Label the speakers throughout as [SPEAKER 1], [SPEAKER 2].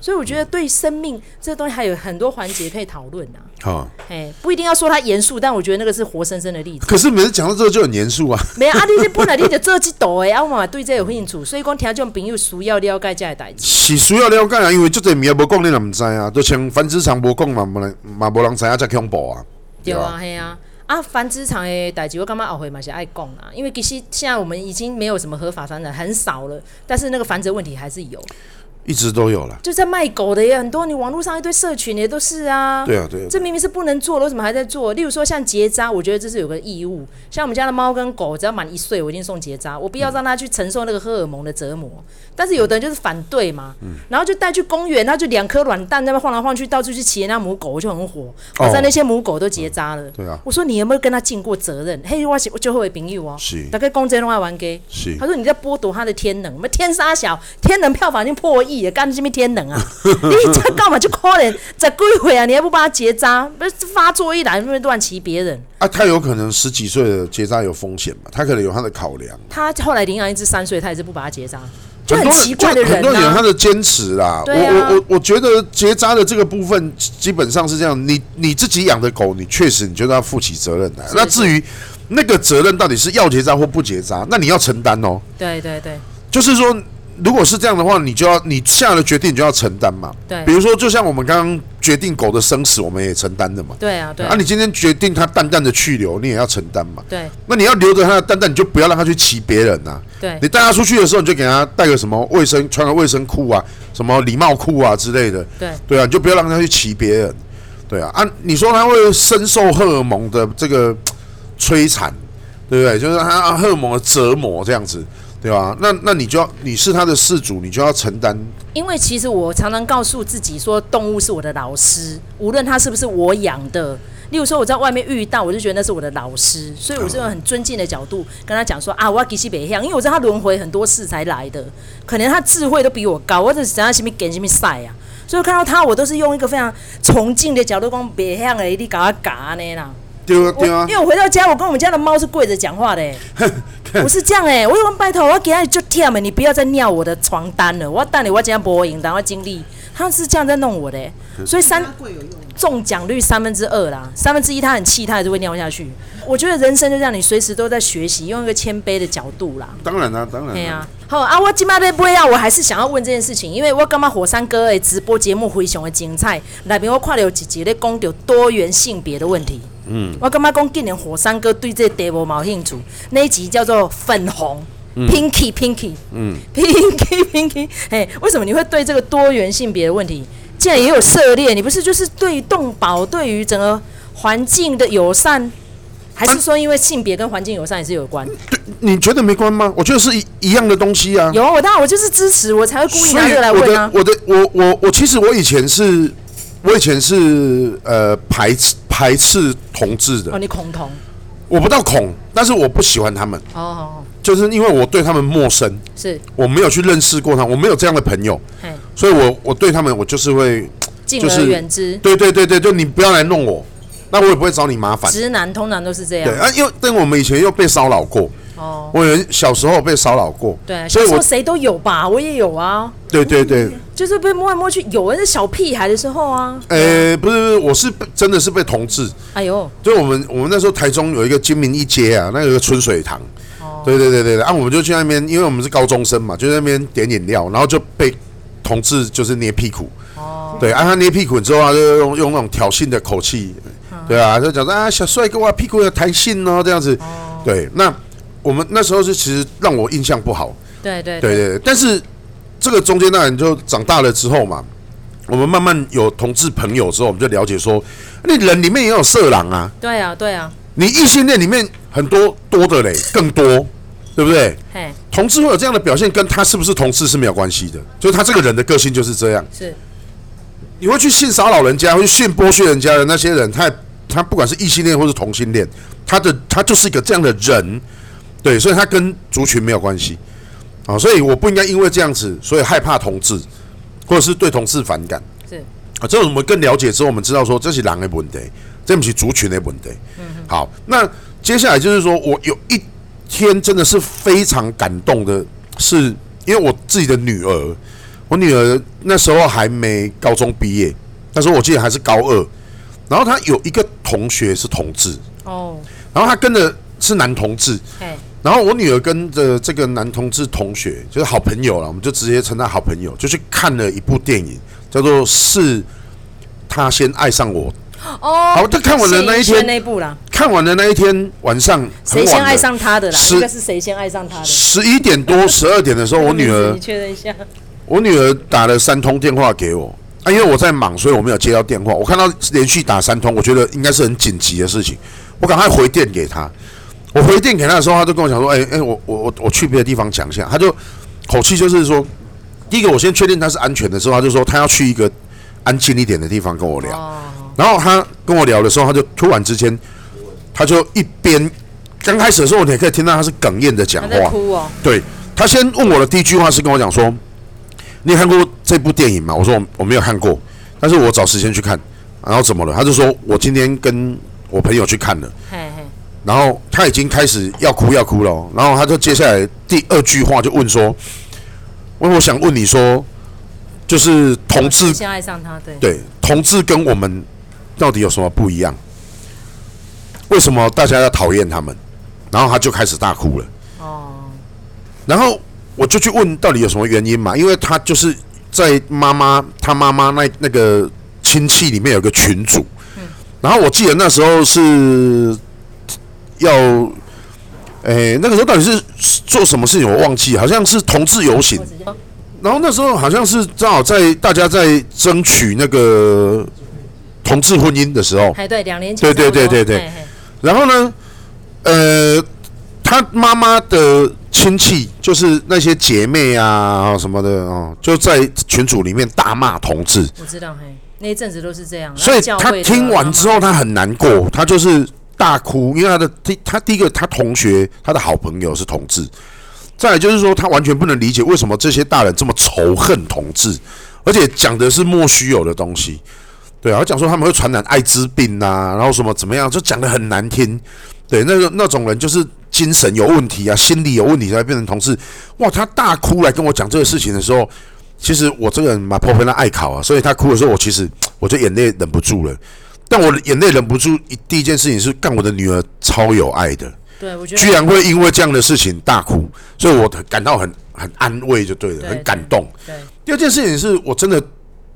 [SPEAKER 1] 所以我觉得对生命这东西还有很多环节可以讨论啊。
[SPEAKER 2] 好。
[SPEAKER 1] 哎，不一定要说它严肃，但我觉得那个是活生生的例子。
[SPEAKER 2] 可是每次讲到这个就很严肃啊，
[SPEAKER 1] 没有啊，你这本来你就做这道的，啊，我嘛对这有兴趣，所以讲听众朋友需要了解这个代志。
[SPEAKER 2] 是需要了解啊，因为这侪物也无讲，你也毋知啊，就像繁殖场无讲嘛，无人嘛无人知影才恐怖啊。
[SPEAKER 1] 对啊，嘿啊，啊，繁殖场的代志，我感觉后悔嘛是爱讲啊，因为其实现在我们已经没有什么合法繁殖，很少了，但是那个繁殖问题还是有，
[SPEAKER 2] 一直都有啦。
[SPEAKER 1] 就在卖狗的也很多，你网络上一堆社群也都是啊。
[SPEAKER 2] 对啊，对啊，
[SPEAKER 1] 这明明是不能做的，为什么还在做？例如说像结扎，我觉得这是有个义务。像我们家的猫跟狗，只要满一岁，我一定送结扎，我不要让它去承受那个荷尔蒙的折磨。但是有的人就是反对嘛，
[SPEAKER 2] 嗯
[SPEAKER 1] 然后就带去公园，他就两颗卵蛋在那边晃来晃去，到处去骑那母狗，我就很火。
[SPEAKER 2] 哦
[SPEAKER 1] 我在那些母狗都结扎了，
[SPEAKER 2] 对啊，
[SPEAKER 1] 我说你有没有跟他尽过责任？嘿，我是我就会朋友哦，
[SPEAKER 2] 是
[SPEAKER 1] 大概公真弄爱玩 gay。
[SPEAKER 2] 是
[SPEAKER 1] 他说你在剥夺他的天能，我们天杀小天能票房已经破亿了，干什么天 能啊？你这干嘛就可能在归回啊？你还不帮他结扎？不是发作一来，不是乱骑别人。
[SPEAKER 2] 啊，他有可能十几岁的结扎有风险嘛，他可能有他的考量，
[SPEAKER 1] 他后来领养一只三岁，他也是不把他结扎，就
[SPEAKER 2] 很
[SPEAKER 1] 很
[SPEAKER 2] 多
[SPEAKER 1] 奇怪的
[SPEAKER 2] 就很多人有他
[SPEAKER 1] 啊。
[SPEAKER 2] 的坚持啦。
[SPEAKER 1] 对啊
[SPEAKER 2] 我我我我觉得结扎的这个部分基本上是这样，你你自己养的狗，你确实你就要负起责任来。那至于那个责任到底是要结扎或不结扎，那你要承担哦。
[SPEAKER 1] 对对对
[SPEAKER 2] 就是说，如果是这样的话，你就要你下了决定，你就要承担嘛。
[SPEAKER 1] 对
[SPEAKER 2] 比如说，就像我们刚刚决定狗的生死，我们也承担的嘛。
[SPEAKER 1] 对啊对
[SPEAKER 2] 啊，你今天决定它蛋蛋的去留，你也要承担嘛。
[SPEAKER 1] 对
[SPEAKER 2] 那你要留着它的蛋蛋，你就不要让它去骑别人呐、
[SPEAKER 1] 对
[SPEAKER 2] 你带它出去的时候，你就给它带个什么卫生，穿个卫生裤啊，什么礼貌裤啊之类的。
[SPEAKER 1] 对
[SPEAKER 2] 对啊，你就不要让它去骑别人。对啊，啊，你说它会深受荷尔蒙的这个摧残，对不对？就是它荷尔蒙的折磨这样子，对吧、那那你就要你是它的饲主，你就要承担。
[SPEAKER 1] 因为其实我常常告诉自己说，动物是我的老师，无论它是不是我养的。例如说啊我在外面遇到，我就觉得那是我的老师，所以我是用很尊敬的角度跟他讲说啊，我要其实北向，因为我知道他轮回很多次才来的，可能他智慧都比我高，我只是想要什么给什么赛啊，所以看到他我都是用一个非常崇敬的角度讲北向的，你搞啊嘎呢啦。
[SPEAKER 2] 对啊，
[SPEAKER 1] 我
[SPEAKER 2] 对啊
[SPEAKER 1] 因，为我回到家，我跟我们家的猫是跪着讲话的、欸，我是这样哎、欸，我有拜托，我要给它就跳嘛，你不要再尿我的床单了，我要带你，我要怎样播赢，然后经历，他是这样在弄我的、欸，所以三中奖率三分之二啦，三分之一他很气，他还是会尿下去。我觉得人生就这样，你随时都在学习，用一个谦卑的角度啦。
[SPEAKER 2] 当然啦、当然、
[SPEAKER 1] 对呀、啊，好啊，我今麦要不要？我还是想要问这件事情，因为我感觉火山哥的直播节目非常的精彩，内面我看了有一集咧讲到多元性别的问题。嗯，我感觉讲今年火山哥对这个题目蛮有兴趣，那一集叫做粉红。Pinky Pinky，嗯，Pinky Pinky，哎，为什么你会对这个多元性别的问题，竟然也有涉猎？你不是就是对于动保、对于整个环境的友善，还是说因为性别跟环境友善也是有关？
[SPEAKER 2] 你觉得没关吗？我觉得是一一样的东西啊。
[SPEAKER 1] 有啊，我当然我就是支持，我才会故意
[SPEAKER 2] 所
[SPEAKER 1] 拿
[SPEAKER 2] 以
[SPEAKER 1] 这个来
[SPEAKER 2] 我
[SPEAKER 1] 问
[SPEAKER 2] 的
[SPEAKER 1] 啊。
[SPEAKER 2] 我的我我我其实我以前是，我以前是呃排斥排斥同志
[SPEAKER 1] 哦，
[SPEAKER 2] 的，
[SPEAKER 1] 你恐同，
[SPEAKER 2] 我不到恐，但是我不喜欢他们，
[SPEAKER 1] 哦哦，哦
[SPEAKER 2] 就是因为我对他们陌生，
[SPEAKER 1] 是，
[SPEAKER 2] 我没有去认识过他们，我没有这样的朋友，
[SPEAKER 1] 嘿，
[SPEAKER 2] 所以我我对他们我就是会，
[SPEAKER 1] 敬
[SPEAKER 2] 就
[SPEAKER 1] 而
[SPEAKER 2] 是
[SPEAKER 1] 远之。
[SPEAKER 2] 对对对对，就你不要来弄我，那我也不会找你麻烦。
[SPEAKER 1] 直男通常都是这
[SPEAKER 2] 对
[SPEAKER 1] 样。
[SPEAKER 2] 啊，因为但我们以前又被骚扰过，
[SPEAKER 1] 哦，
[SPEAKER 2] 我有小时候被骚扰过，
[SPEAKER 1] 对，
[SPEAKER 2] 所
[SPEAKER 1] 小
[SPEAKER 2] 以
[SPEAKER 1] 时
[SPEAKER 2] 我
[SPEAKER 1] 候谁都有吧，我也有啊，
[SPEAKER 2] 对对对，
[SPEAKER 1] 就是被摸来摸去，有人是小屁孩的时候啊。
[SPEAKER 2] 呃，不是不是，我是被真的是被同志，
[SPEAKER 1] 哎呦，
[SPEAKER 2] 就我们我们那时候台中有一个金明一街啊，那有个春水堂，对对对对对，啊，我们就去那边，因为我们是高中生嘛，就在那边点饮料，然后就被同志就是捏屁股，对，啊，他捏屁股之后啊，就用用那种挑衅的口气，对啊，就讲说啊，小帅哥啊，屁股有弹性哦，这样子，对，那我们那时候是其实让我印象不好，
[SPEAKER 1] 对对
[SPEAKER 2] 对对对，但是这个中间当然就长大了之后嘛，我们慢慢有同志朋友之后，我们就了解说，那人里面也有色狼啊。
[SPEAKER 1] 对啊对啊，
[SPEAKER 2] 你异性恋里面很多多的嘞，更多，对不对？
[SPEAKER 1] 嘿，
[SPEAKER 2] 同志会有这样的表现，跟他是不是同志是没有关系的，就是他这个人的个性就是这样。
[SPEAKER 1] 是
[SPEAKER 2] 你会去性骚扰人家，会去性剥削人家的那些人，他也他不管是异性恋或是同性恋，他的他就是一个这样的人，对，所以他跟族群没有关系啊，所以我不应该因为这样子，所以害怕同志，或者是对同志反感。
[SPEAKER 1] 是，
[SPEAKER 2] 啊，这我们更了解之后，我们知道说这是狼的问题，这不是族群的问题。好，那接下来就是说我有一天真的是非常感动的是，因为我自己的女儿，我女儿那时候还没高中毕业，那时候我记得还是高二。然后她有一个同学是同志，
[SPEAKER 1] 哦，
[SPEAKER 2] 然后她跟的是男同志，
[SPEAKER 1] 嘿，
[SPEAKER 2] 然后我女儿跟着这个男同志同学，就是好朋友了，我们就直接称他好朋友，就去看了一部电影，叫做《是他先爱上我》。
[SPEAKER 1] 哦，
[SPEAKER 2] 好就看我的那一天
[SPEAKER 1] 谢颖轩那部啦，
[SPEAKER 2] 看完的那一天晚上，很
[SPEAKER 1] 谁
[SPEAKER 2] 晚
[SPEAKER 1] 先
[SPEAKER 2] 了
[SPEAKER 1] 爱上他的啦？
[SPEAKER 2] 是
[SPEAKER 1] 应该是谁先爱上他的？
[SPEAKER 2] 十一点多、十二点的时候，我女 儿
[SPEAKER 1] 你确认一下，
[SPEAKER 2] 我女儿打了三通电话给我，啊，因为我在忙，所以我没有接到电话。我看到连续打三通，我觉得应该是很紧急的事情，我赶快回电给她。我回电给她的时候，她就跟我讲说：“哎、哎、我我我我去别的地方讲一下。”她就口气就是说，第一个我先确定她是安全的之后，她就说她要去一个安静一点的地方跟我聊。
[SPEAKER 1] 哦
[SPEAKER 2] 然后她跟我聊的时候，她就突然之间，她就一边刚开始的时候，你也可以听到她是哽咽的讲
[SPEAKER 1] 他
[SPEAKER 2] 话，
[SPEAKER 1] 在哭哦，
[SPEAKER 2] 对他先问我的第一句话是跟我讲说：“你有看过这部电影吗？”我说我：“我没有看过，但是我找时间去看。”然后怎么了？他就说：“我今天跟我朋友去看了。
[SPEAKER 1] 嘿嘿，”
[SPEAKER 2] 然后他已经开始要哭要哭了哦、然后他就接下来第二句话就问说：“我我想问你说，就是同志
[SPEAKER 1] 谁先爱上他，对，
[SPEAKER 2] 对同志跟我们到底有什么不一样？为什么大家要讨厌他们？”然后他就开始大哭了。
[SPEAKER 1] 哦，
[SPEAKER 2] 然后我就去问到底有什么原因嘛，因为他就是在妈妈他妈妈那那个亲戚里面有个群主，然后我记得那时候是要，诶、那个时候到底是做什么事情我忘记，好像是同志游行
[SPEAKER 1] 我，直接
[SPEAKER 2] 然后那时候好像是正好在大家在争取那个同志婚姻的时候，
[SPEAKER 1] 哎，对，两年前差
[SPEAKER 2] 对
[SPEAKER 1] 不多，
[SPEAKER 2] 对对对对
[SPEAKER 1] 嘿嘿
[SPEAKER 2] 然后呢，呃，他妈妈的亲戚就是那些姐妹啊什么的哦，就在群组里面大骂同志，
[SPEAKER 1] 我知道，嘿，那一阵子都是这样，
[SPEAKER 2] 所以
[SPEAKER 1] 然后教
[SPEAKER 2] 他
[SPEAKER 1] 会的
[SPEAKER 2] 听完之后
[SPEAKER 1] 妈妈
[SPEAKER 2] 他很难过，他就是大哭，因为他的第他第一个他同学他的好朋友是同志，再来就是说他完全不能理解为什么这些大人这么仇恨同志，而且讲的是莫须有的东西，对啊，他讲说他们会传染艾滋病啊，然后什么怎么样，就讲的很难听，对，那个那种人就是。精神有问题啊，心理有问题才会变成同志。哇，他大哭来跟我讲这个事情的时候，其实我这个人嘛，破非常爱考啊，所以他哭的时候，我其实我就眼泪忍不住了。但我眼泪忍不住，一第一件事情是干我的女儿超有爱的，
[SPEAKER 1] 对，我觉得
[SPEAKER 2] 居然会因为这样的事情大哭，所以我感到很很安慰，就对了，
[SPEAKER 1] 对
[SPEAKER 2] 很感动。
[SPEAKER 1] 对，
[SPEAKER 2] 第二件事情是我真的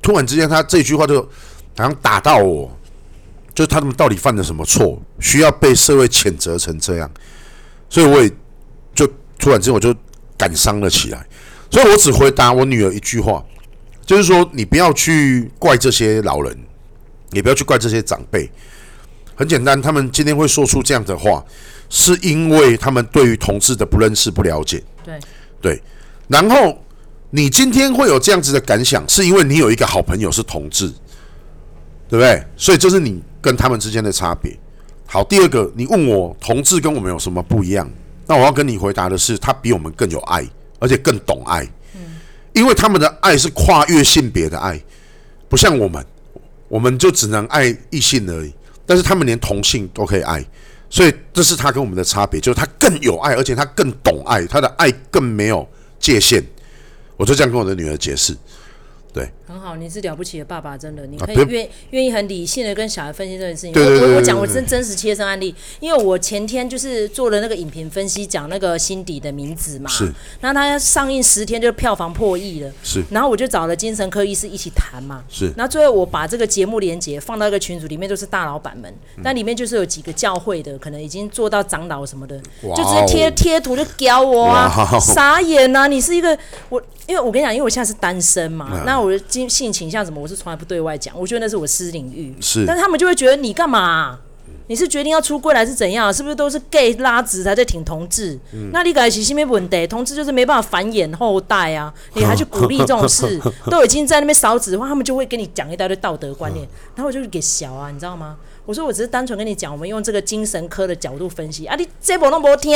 [SPEAKER 2] 突然之间，他这句话就好像打到我，就是他们到底犯了什么错，需要被社会谴责成这样，所以我也就突然之间我就感伤了起来，所以我只回答我女儿一句话，就是说你不要去怪这些老人，也不要去怪这些长辈。很简单，他们今天会说出这样的话，是因为他们对于同志的不认识、不了解。
[SPEAKER 1] 对，
[SPEAKER 2] 对，然后你今天会有这样子的感想，是因为你有一个好朋友是同志，对不对？所以这是你跟他们之间的差别。好，第二个，你问我同志跟我们有什么不一样？那我要跟你回答的是，他比我们更有爱，而且更懂爱，因为他们的爱是跨越性别的爱，不像我们，我们就只能爱异性而已，但是他们连同性都可以爱。所以这是他跟我们的差别，就是他更有爱，而且他更懂爱，他的爱更没有界限。我就这样跟我的女儿解释，
[SPEAKER 1] 很好，你是了不起的爸爸，真的，你
[SPEAKER 2] 啊
[SPEAKER 1] 可以
[SPEAKER 2] 不
[SPEAKER 1] 愿愿意很理性的跟小孩分析这件事情。
[SPEAKER 2] 对对对
[SPEAKER 1] 我我我
[SPEAKER 2] 对
[SPEAKER 1] 讲我
[SPEAKER 2] 对
[SPEAKER 1] 真真实切身案例，因为我前天就是做了那个影评分析，讲那个辛迪的名字嘛，
[SPEAKER 2] 是，
[SPEAKER 1] 那他上映十天就票房破亿了，
[SPEAKER 2] 是
[SPEAKER 1] 然后我就找了精神科医师一起谈嘛，
[SPEAKER 2] 是
[SPEAKER 1] 那最后我把这个节目连接放到一个群组里面，都是大老板们，
[SPEAKER 2] 嗯
[SPEAKER 1] 但里面就是有几个教会的，可能已经做到长老什么的，
[SPEAKER 2] 哇哦
[SPEAKER 1] 就直接贴贴图就教我
[SPEAKER 2] 哇
[SPEAKER 1] 啊，
[SPEAKER 2] 哦
[SPEAKER 1] 傻眼啊！你是一个我，因为我跟你讲，因为我现在是单身嘛，那我的性性倾向什么，我是从来不对外讲，我觉得那是我私领域，
[SPEAKER 2] 是
[SPEAKER 1] 但是他们就会觉得你干嘛啊、你是决定要出柜还是怎样？是不是都是 gay 拉直才在挺同志？那你改其实没问题，同志就是没办法繁衍后代啊，你还去鼓励这种事，都已经在那边烧纸的话，他们就会跟你讲一大堆道德观念，然后我就给小啊，你知道吗？我说我只是单纯跟你讲，我们用这个精神科的角度分析啊，你这波都没听，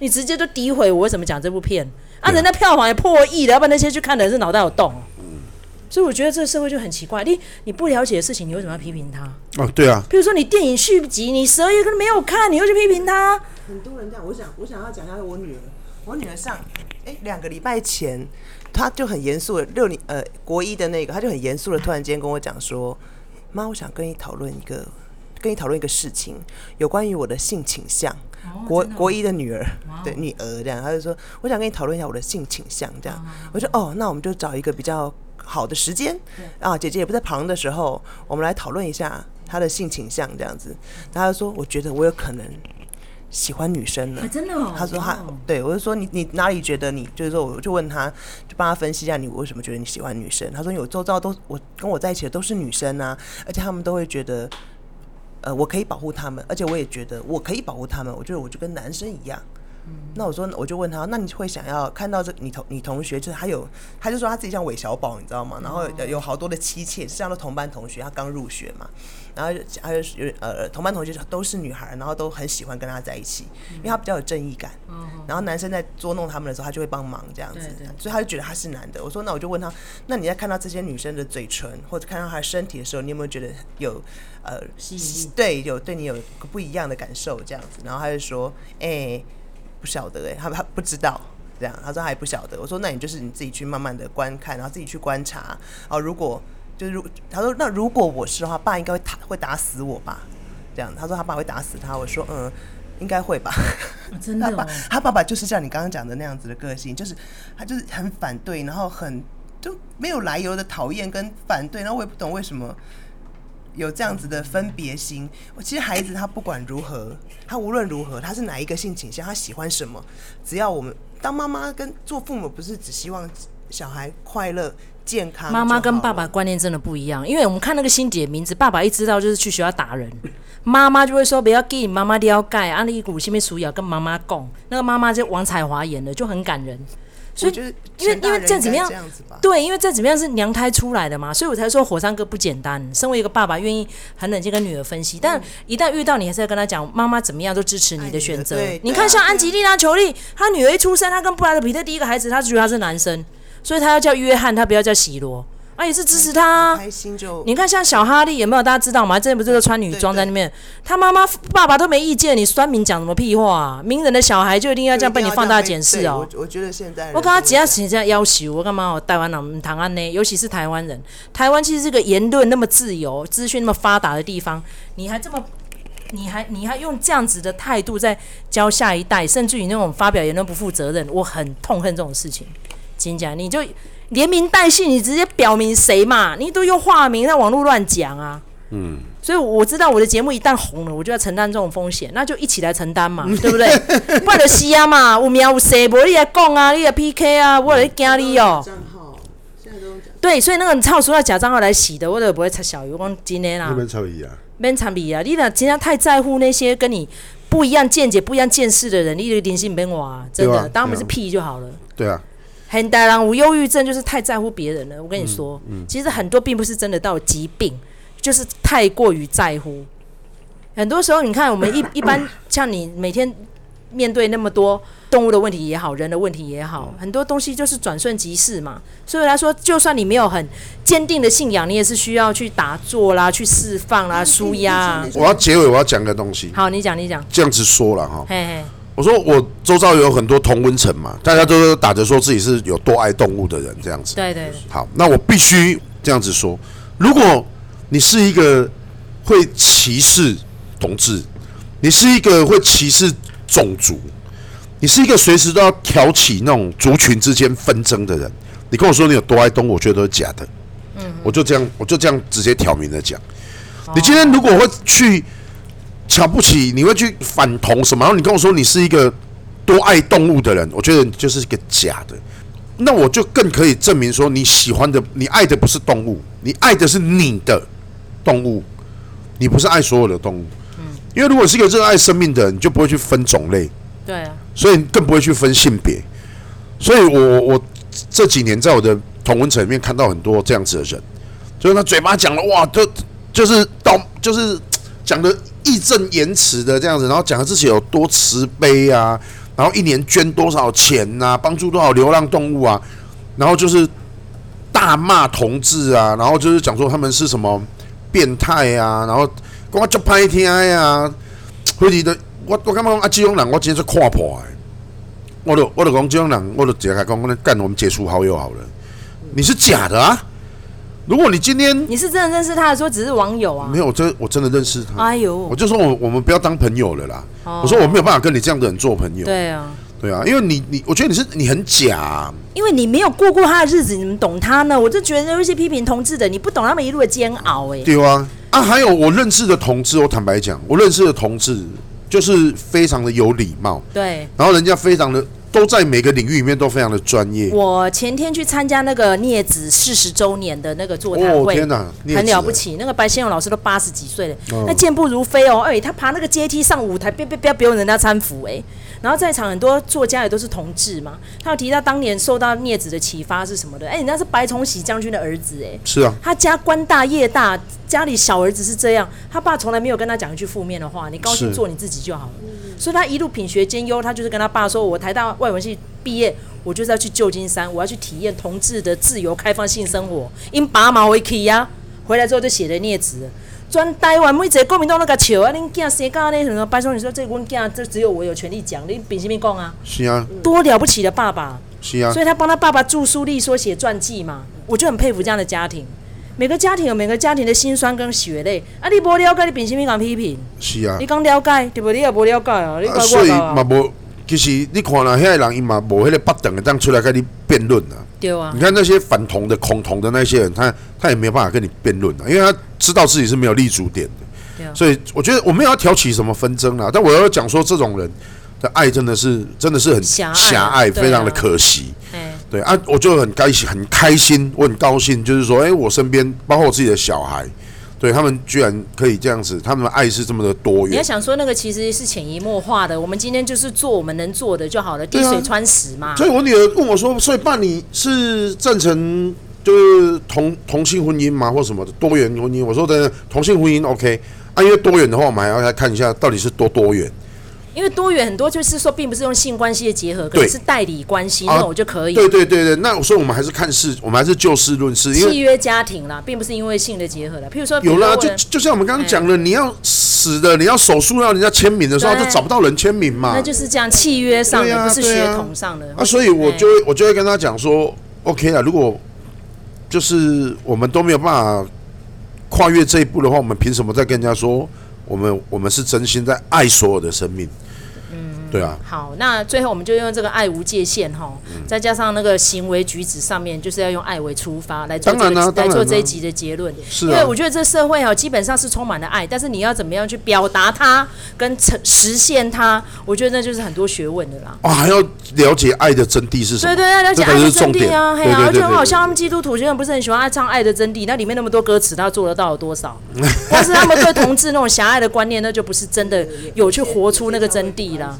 [SPEAKER 1] 你直接就诋毁我为什么讲这部片啊？人家票房也破亿了，要不然那些去看的人是脑袋有洞哦。所以我觉得这个社会就很奇怪，你你不了解的事情，你为什么要批评他？
[SPEAKER 2] 啊，对啊，
[SPEAKER 1] 比如说你电影续集，你十二月可能没有看，你又去批评他，
[SPEAKER 3] 很多人这样，我想我想要讲一下我女儿，我女儿上哎两、个礼拜前他就很严肃的六年呃国一的那个，他就很严肃的突然间跟我讲说：“妈，我想跟你讨论一个，跟你讨论一个事情，有关于我的性倾向。国国一的女儿，对女儿这样，他就说我想跟你讨论一下我的性倾向这样。我说哦，那我们就找一个比较好的时间啊，姐姐也不在旁的时候，我们来讨论一下她的性倾向这样子。然后他就说，我觉得我有可能喜欢女生了。
[SPEAKER 1] 啊真的哦
[SPEAKER 3] 他说他
[SPEAKER 1] 哇哦
[SPEAKER 3] 对我就说你你哪里觉得你就是说我就问他，就帮他分析一下你为什么觉得你喜欢女生。他说有周遭都我跟我在一起的都是女生啊，而且他们都会觉得。呃，我可以保护他们，而且我也觉得我可以保护他们。我觉得我就跟男生一样。那我说，我就问他，那你会想要看到这你同你同学，就是他有，他就说他自己像韦小宝，你知道吗？然后
[SPEAKER 1] 哦
[SPEAKER 3] 有有好多的妻妾，实际上都同班同学，他刚入学嘛，然后就还有有呃同班同学都是女孩，然后都很喜欢跟他在一起，
[SPEAKER 1] 嗯
[SPEAKER 3] 因为他比较有正义感。然后男生在捉弄他们的时候，他就会帮忙这样子，
[SPEAKER 1] 哦对对
[SPEAKER 3] 所以他就觉得他是男的。我说，那我就问他，那你在看到这些女生的嘴唇或者看到她的身体的时候，你有没有觉得有呃
[SPEAKER 1] 吸引力
[SPEAKER 3] 对，有对你有个不一样的感受这样子。然后他就说，哎、不晓得哎、他他不知道。这样，他说他也不晓得。我说那你就是你自己去慢慢的观看，然后自己去观察。哦，如果就是如他说那如果我是的话，爸应该会打会打死我吧？这样，他说他爸会打死他。我说嗯，应该会吧。
[SPEAKER 1] 啊真的
[SPEAKER 3] 他
[SPEAKER 1] 哦
[SPEAKER 3] 爸，他爸爸就是像你刚刚讲的那样子的个性，就是他就是很反对，然后很就没有来由的讨厌跟反对，然后我也不懂为什么有这样子的分别心。我其实孩子他不管如何，他无论如何，他是哪一个性倾向，他喜欢什么，只要我们当妈妈跟做父母，不是只希望小孩快乐健康就好
[SPEAKER 1] 妈
[SPEAKER 3] 了，
[SPEAKER 1] 妈跟爸爸观念真的不一样，因为我们看那个心姐的名字，爸爸一知道就是去学校打人，妈妈就会说不要给妈妈了解，啊，你股下面属要跟妈妈共，那个妈妈就王彩华演的，就很感人。所
[SPEAKER 3] 我
[SPEAKER 1] 以
[SPEAKER 3] 觉得
[SPEAKER 1] 因为
[SPEAKER 3] 成大
[SPEAKER 1] 因为
[SPEAKER 3] 人
[SPEAKER 1] 这样怎么
[SPEAKER 3] 应该
[SPEAKER 1] 样
[SPEAKER 3] 这样子吧？
[SPEAKER 1] 对，因为再怎么样是娘胎出来的嘛，所以我才说火山哥不简单。身为一个爸爸，愿意很冷静跟女儿分析，
[SPEAKER 3] 嗯
[SPEAKER 1] 但一旦遇到你，还是要跟他讲，妈妈怎么样都支持你的选择
[SPEAKER 3] 哎爱你的对。
[SPEAKER 1] 你看，像安吉丽娜·裘丽，她女儿一出生，她跟布莱德·皮特第一个孩子，她就觉得他是男生，所以她要叫约翰，她不要叫喜罗，啊，也是支持他、啊。
[SPEAKER 3] 开心就
[SPEAKER 1] 你看，像小哈利有没有？大家知道吗？之前不是都穿女装在那边，他妈妈、爸爸都没意见，你酸民讲什么屁话、啊？名人的小孩就一定要这样被你放大检视哦。
[SPEAKER 3] 对我我觉得现在人
[SPEAKER 1] 我刚刚只要
[SPEAKER 3] 都会
[SPEAKER 1] 写这样要求，我干嘛？哦我台湾人唔谈安呢？尤其是台湾人，台湾其实是个言论那么自由、资讯那么发达的地方，你还这么，你还你还用这样子的态度在教下一代，甚至于那种发表言论不负责任，我很痛恨这种事情。真假？你就连名带姓，你直接表明谁嘛？你都用化名在网络乱讲啊。嗯，所以我知道我的节目一旦红了，我就要承担这种风险，那就一起来承担嘛，
[SPEAKER 2] 嗯
[SPEAKER 1] 对不 对？不然就死啊嘛，有名有势，无你来讲啊，你来 PK
[SPEAKER 2] 嗯
[SPEAKER 1] 啊，我来惊你哦、
[SPEAKER 3] 这样号现在都讲
[SPEAKER 1] 对，所以那个你操说要假账号来洗的，我就不会插小鱼，我讲真的啦
[SPEAKER 2] 那，边超一啊，
[SPEAKER 1] 免参比啊，你若真正太在乎那些跟你不一样见解、不一样见识的人，你就联系免我啊，真
[SPEAKER 2] 对
[SPEAKER 1] 的，
[SPEAKER 2] 啊
[SPEAKER 1] 当我们
[SPEAKER 2] 对
[SPEAKER 1] 是
[SPEAKER 2] 啊
[SPEAKER 1] 屁就好了。
[SPEAKER 2] 对啊，
[SPEAKER 1] 很大人无忧郁症就是太在乎别人了。我跟你说，其实很多并不是真的到疾病，就是太过于在乎。很多时候，你看我们一 一般像你每天面对那么多动物的问题也好，人的问题也好，很多东西就是转瞬即逝嘛。所以来说，就算你没有很坚定的信仰，你也是需要去打坐啦、去释放啦、舒压啊。
[SPEAKER 2] 我要结尾我要讲个东西，
[SPEAKER 1] 好，你讲，你讲，
[SPEAKER 2] 这样子说了哈，
[SPEAKER 1] 嘿嘿，
[SPEAKER 2] 我说我周遭有很多同温层嘛，大家都打着说自己是有多爱动物的人这样子，
[SPEAKER 1] 对对对，
[SPEAKER 2] 好，那我必须这样子说：如果你是一个会歧视同志，你是一个会歧视种族，你是一个随时都要挑起那种族群之间纷争的人，你跟我说你有多爱动物，我觉得都是假的。嗯，我就这样，我就这样直接挑明的讲。你今天如果会去瞧不起，你会去反同什么？然后你跟我说你是一个多爱动物的人，我觉得你就是一个假的。那我就更可以证明说，你喜欢的、你爱的不是动物，你爱的是你的动物，你不是爱所有的动物。因为如果是一个热爱生命的人，你就不会去分种类，
[SPEAKER 1] 对啊，
[SPEAKER 2] 所以更不会去分性别。所以我我我这几年在我的同文层里面看到很多这样子的人，就是他嘴巴讲了哇，就就是到就是讲的义正言辞的这样子，然后讲的自己有多慈悲啊，然后一年捐多少钱呐、帮助多少流浪动物啊，然后就是大骂同志啊，然后就是讲说他们是什么变态啊，然后我就拍天呀、啊，或者的我我感觉讲啊，这种人我真是看破的。我都我都讲这种人，我都直接跟他讲，我说干，我们解除好友好了。你是假的啊！如果你今天
[SPEAKER 1] 你是真的认识他的时候只是网友啊
[SPEAKER 2] 没？有，我真我真的认识他，
[SPEAKER 1] 哎呦
[SPEAKER 2] 我就说我我们不要当朋友了啦。
[SPEAKER 1] 哦
[SPEAKER 2] 我说我没有办法跟你这样的人做朋友，
[SPEAKER 1] 对啊，
[SPEAKER 2] 对啊，因为你你，我觉得你是你很假啊、
[SPEAKER 1] 因为你没有过过他的日子，你们懂他呢？我就觉得有一些批评同志的，你不懂他们一路的煎熬、哎，
[SPEAKER 2] 对啊，啊，还有我认识的同志，我坦白讲，我认识的同志就是非常的有礼貌，
[SPEAKER 1] 对。
[SPEAKER 2] 然后人家非常的都在每个领域里面都非常的专业。
[SPEAKER 1] 我前天去参加那个聂子四十周年的那个座谈
[SPEAKER 2] 哦
[SPEAKER 1] 会，
[SPEAKER 2] 天哪，你也
[SPEAKER 1] 很
[SPEAKER 2] 值
[SPEAKER 1] 了不起。那个白先勇老师都八十几岁了，
[SPEAKER 2] 哦
[SPEAKER 1] 那健步如飞哦。哎、他爬那个阶梯上舞台，别别别不用人家搀扶哎、然后在场很多作家也都是同志嘛，他有提到当年受到聂子的启发是什么的？哎、人家是白崇禧将军的儿子哎、
[SPEAKER 2] 是啊，
[SPEAKER 1] 他家官大业大，家里小儿子是这样，他爸从来没有跟他讲一句负面的话，你高兴
[SPEAKER 2] 是
[SPEAKER 1] 做你自己就好了。所以他一路品学兼优，他就是跟他爸说：“我台大外文系毕业，我就是要去旧金山，我要去体验同志的自由开放性生活。”因爸妈回去呀，回来之后就写了孽子。专台湾每一个国民党都甲笑啊！恁囝生到那什么拜托你说这阮囝，这只有我有权利讲，你凭什么讲啊？
[SPEAKER 2] 是啊，
[SPEAKER 1] 多了不起的爸爸！
[SPEAKER 2] 是啊
[SPEAKER 1] 所，以他帮他爸爸著书立说写传记嘛，我就很佩服这样的家庭。每个家庭有每个家庭的辛酸跟血泪，啊，你无了解，你凭什么讲批评？
[SPEAKER 2] 是啊
[SPEAKER 1] 你。讲了解，对不？你也无了解啊，你怪
[SPEAKER 2] 啊所
[SPEAKER 1] 我
[SPEAKER 2] 以
[SPEAKER 1] 吧、
[SPEAKER 2] 嘛无，其实你看啦，遐个人伊嘛无迄个八等的当出来跟你辩论啊。
[SPEAKER 1] 对啊
[SPEAKER 2] 你，看那些反同的、恐同的那些人，他他也没有办法跟你辩论啊，因为他知道自己是没有立足点
[SPEAKER 1] 对啊
[SPEAKER 2] 的。所以我觉得我没有要挑起什么纷争啦，但我要讲说这种人的爱真的是真的是很
[SPEAKER 1] 狭隘
[SPEAKER 2] 狭隘，
[SPEAKER 1] 对啊
[SPEAKER 2] 非常的可惜。
[SPEAKER 1] 哎，
[SPEAKER 2] 对啊，我就很开心，很开心，我很高兴，就是说，哎、我身边包括我自己的小孩，对他们居然可以这样子，他们的爱是这么的多
[SPEAKER 1] 你要
[SPEAKER 2] 元。
[SPEAKER 1] 想说那个其实是潜移默化的，我们今天就是做我们能做的就好了，滴
[SPEAKER 2] 啊
[SPEAKER 1] 水穿石嘛。
[SPEAKER 2] 所以我女儿问我说：“所以爸，你是赞成就是同同性婚姻吗，或什么的多元婚姻？”我说：“的同性婚姻 OK 啊，因为多元的话，我们还要来看一下到底是多多元。
[SPEAKER 1] 因为多元很多就是说，并不是用性关系的结合，可能
[SPEAKER 2] 对
[SPEAKER 1] 是代理关系，
[SPEAKER 2] 啊
[SPEAKER 1] 那我就可以。
[SPEAKER 2] 对对对对，那所以我们还是看事，我们还是就事论事，因为
[SPEAKER 1] 契约家庭啦，并不是因为性的结合啦。譬如说，比如
[SPEAKER 2] 有啦，
[SPEAKER 1] 说
[SPEAKER 2] 就
[SPEAKER 1] 我
[SPEAKER 2] 就像我们刚刚讲的，你要死的，你要手术要人家签名的时候，
[SPEAKER 1] 对
[SPEAKER 2] 就找不到人签名嘛。
[SPEAKER 1] 那就是这样，契约上
[SPEAKER 2] 对
[SPEAKER 1] 的，
[SPEAKER 2] 啊
[SPEAKER 1] 不是
[SPEAKER 2] 对
[SPEAKER 1] 血
[SPEAKER 2] 啊
[SPEAKER 1] 统上的。
[SPEAKER 2] 啊，所以我
[SPEAKER 1] 哎
[SPEAKER 2] 就会我就会跟他讲说，OK 啦，如果就是我们都没有办法跨越这一步的话，我们凭什么再跟人家说我们我们是真心在爱所有的生命？嗯，对啊，
[SPEAKER 1] 好，那最后我们就用这个爱无界限哈，
[SPEAKER 2] 嗯
[SPEAKER 1] 再加上那个行为举止上面，就是要用爱为出发来做这
[SPEAKER 2] 当然
[SPEAKER 1] 个
[SPEAKER 2] 啊当
[SPEAKER 1] 来
[SPEAKER 2] 然啊
[SPEAKER 1] 做这一集的结论。
[SPEAKER 2] 是
[SPEAKER 1] 因为
[SPEAKER 2] 啊
[SPEAKER 1] 我，觉得这社会哦，基本上是充满了爱，但是你要怎么样去表达它，跟成实现它，我觉得那就是很多学问的啦。
[SPEAKER 2] 啊，还要了解爱的真谛是什
[SPEAKER 1] 对
[SPEAKER 2] 么？
[SPEAKER 1] 对，要了解
[SPEAKER 2] 这个
[SPEAKER 1] 爱的
[SPEAKER 2] 是
[SPEAKER 1] 真
[SPEAKER 2] 重
[SPEAKER 1] 谛啊，
[SPEAKER 2] 点
[SPEAKER 1] 嘿
[SPEAKER 2] 对
[SPEAKER 1] 啊，
[SPEAKER 2] 对
[SPEAKER 1] 而且很
[SPEAKER 2] 对对
[SPEAKER 1] 好
[SPEAKER 2] 对
[SPEAKER 1] 像他们基督徒学生不是很喜欢爱啊唱《爱的真谛》，那里面那么多歌词，他做得到有多 少？光是他们对同志那种狭隘的观念，那就不是真的有去活出那个真谛啦。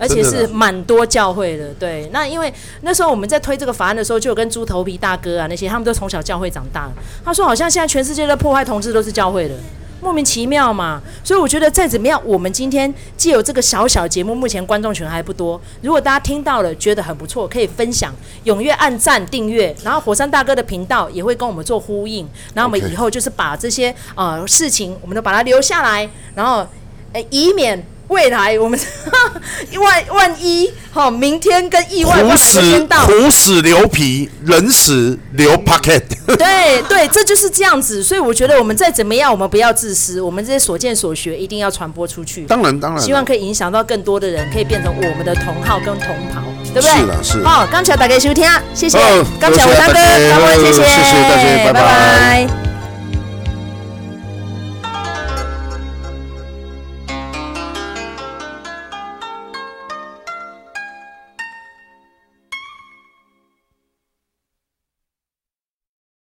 [SPEAKER 1] 而且
[SPEAKER 2] 真的
[SPEAKER 1] 是
[SPEAKER 2] 啦
[SPEAKER 1] 蛮多教会的，对。那因为那时候我们在推这个法案的时候，就有跟猪头皮大哥啊那些，他们都从小教会长大。他说，好像现在全世界的破坏同志都是教会的，莫名其妙嘛。所以我觉得再怎么样，我们今天借由这个小小节目，目前观众群还不多。如果大家听到了觉得很不错，可以分享，踊跃按赞订阅，然后火山大哥的频道也会跟我们做呼应。然后我们
[SPEAKER 2] OK
[SPEAKER 1] 以后就是把这些呃事情，我们都把它留下来，然后呃以免。未来我们 万万一好，明天跟意外
[SPEAKER 2] 虎
[SPEAKER 1] 万一
[SPEAKER 2] 死
[SPEAKER 1] 都先到，
[SPEAKER 2] 虎死留皮，人死留 pocket。
[SPEAKER 1] 对对，这就是这样子。所以我觉得我们再怎么样，我们不要自私，我们这些所见所学一定要传播出去。
[SPEAKER 2] 当然当然了，
[SPEAKER 1] 希望可以影响到更多的人，可以变成我们的同好跟同袍，对不对？
[SPEAKER 2] 是啦是啦
[SPEAKER 1] 好，刚才大家收听，谢谢
[SPEAKER 2] 哦，
[SPEAKER 1] 感谢
[SPEAKER 2] 多谢
[SPEAKER 1] 我三哥，
[SPEAKER 2] 大家
[SPEAKER 1] 感恩，谢谢，
[SPEAKER 2] 谢谢大家拜拜
[SPEAKER 1] 拜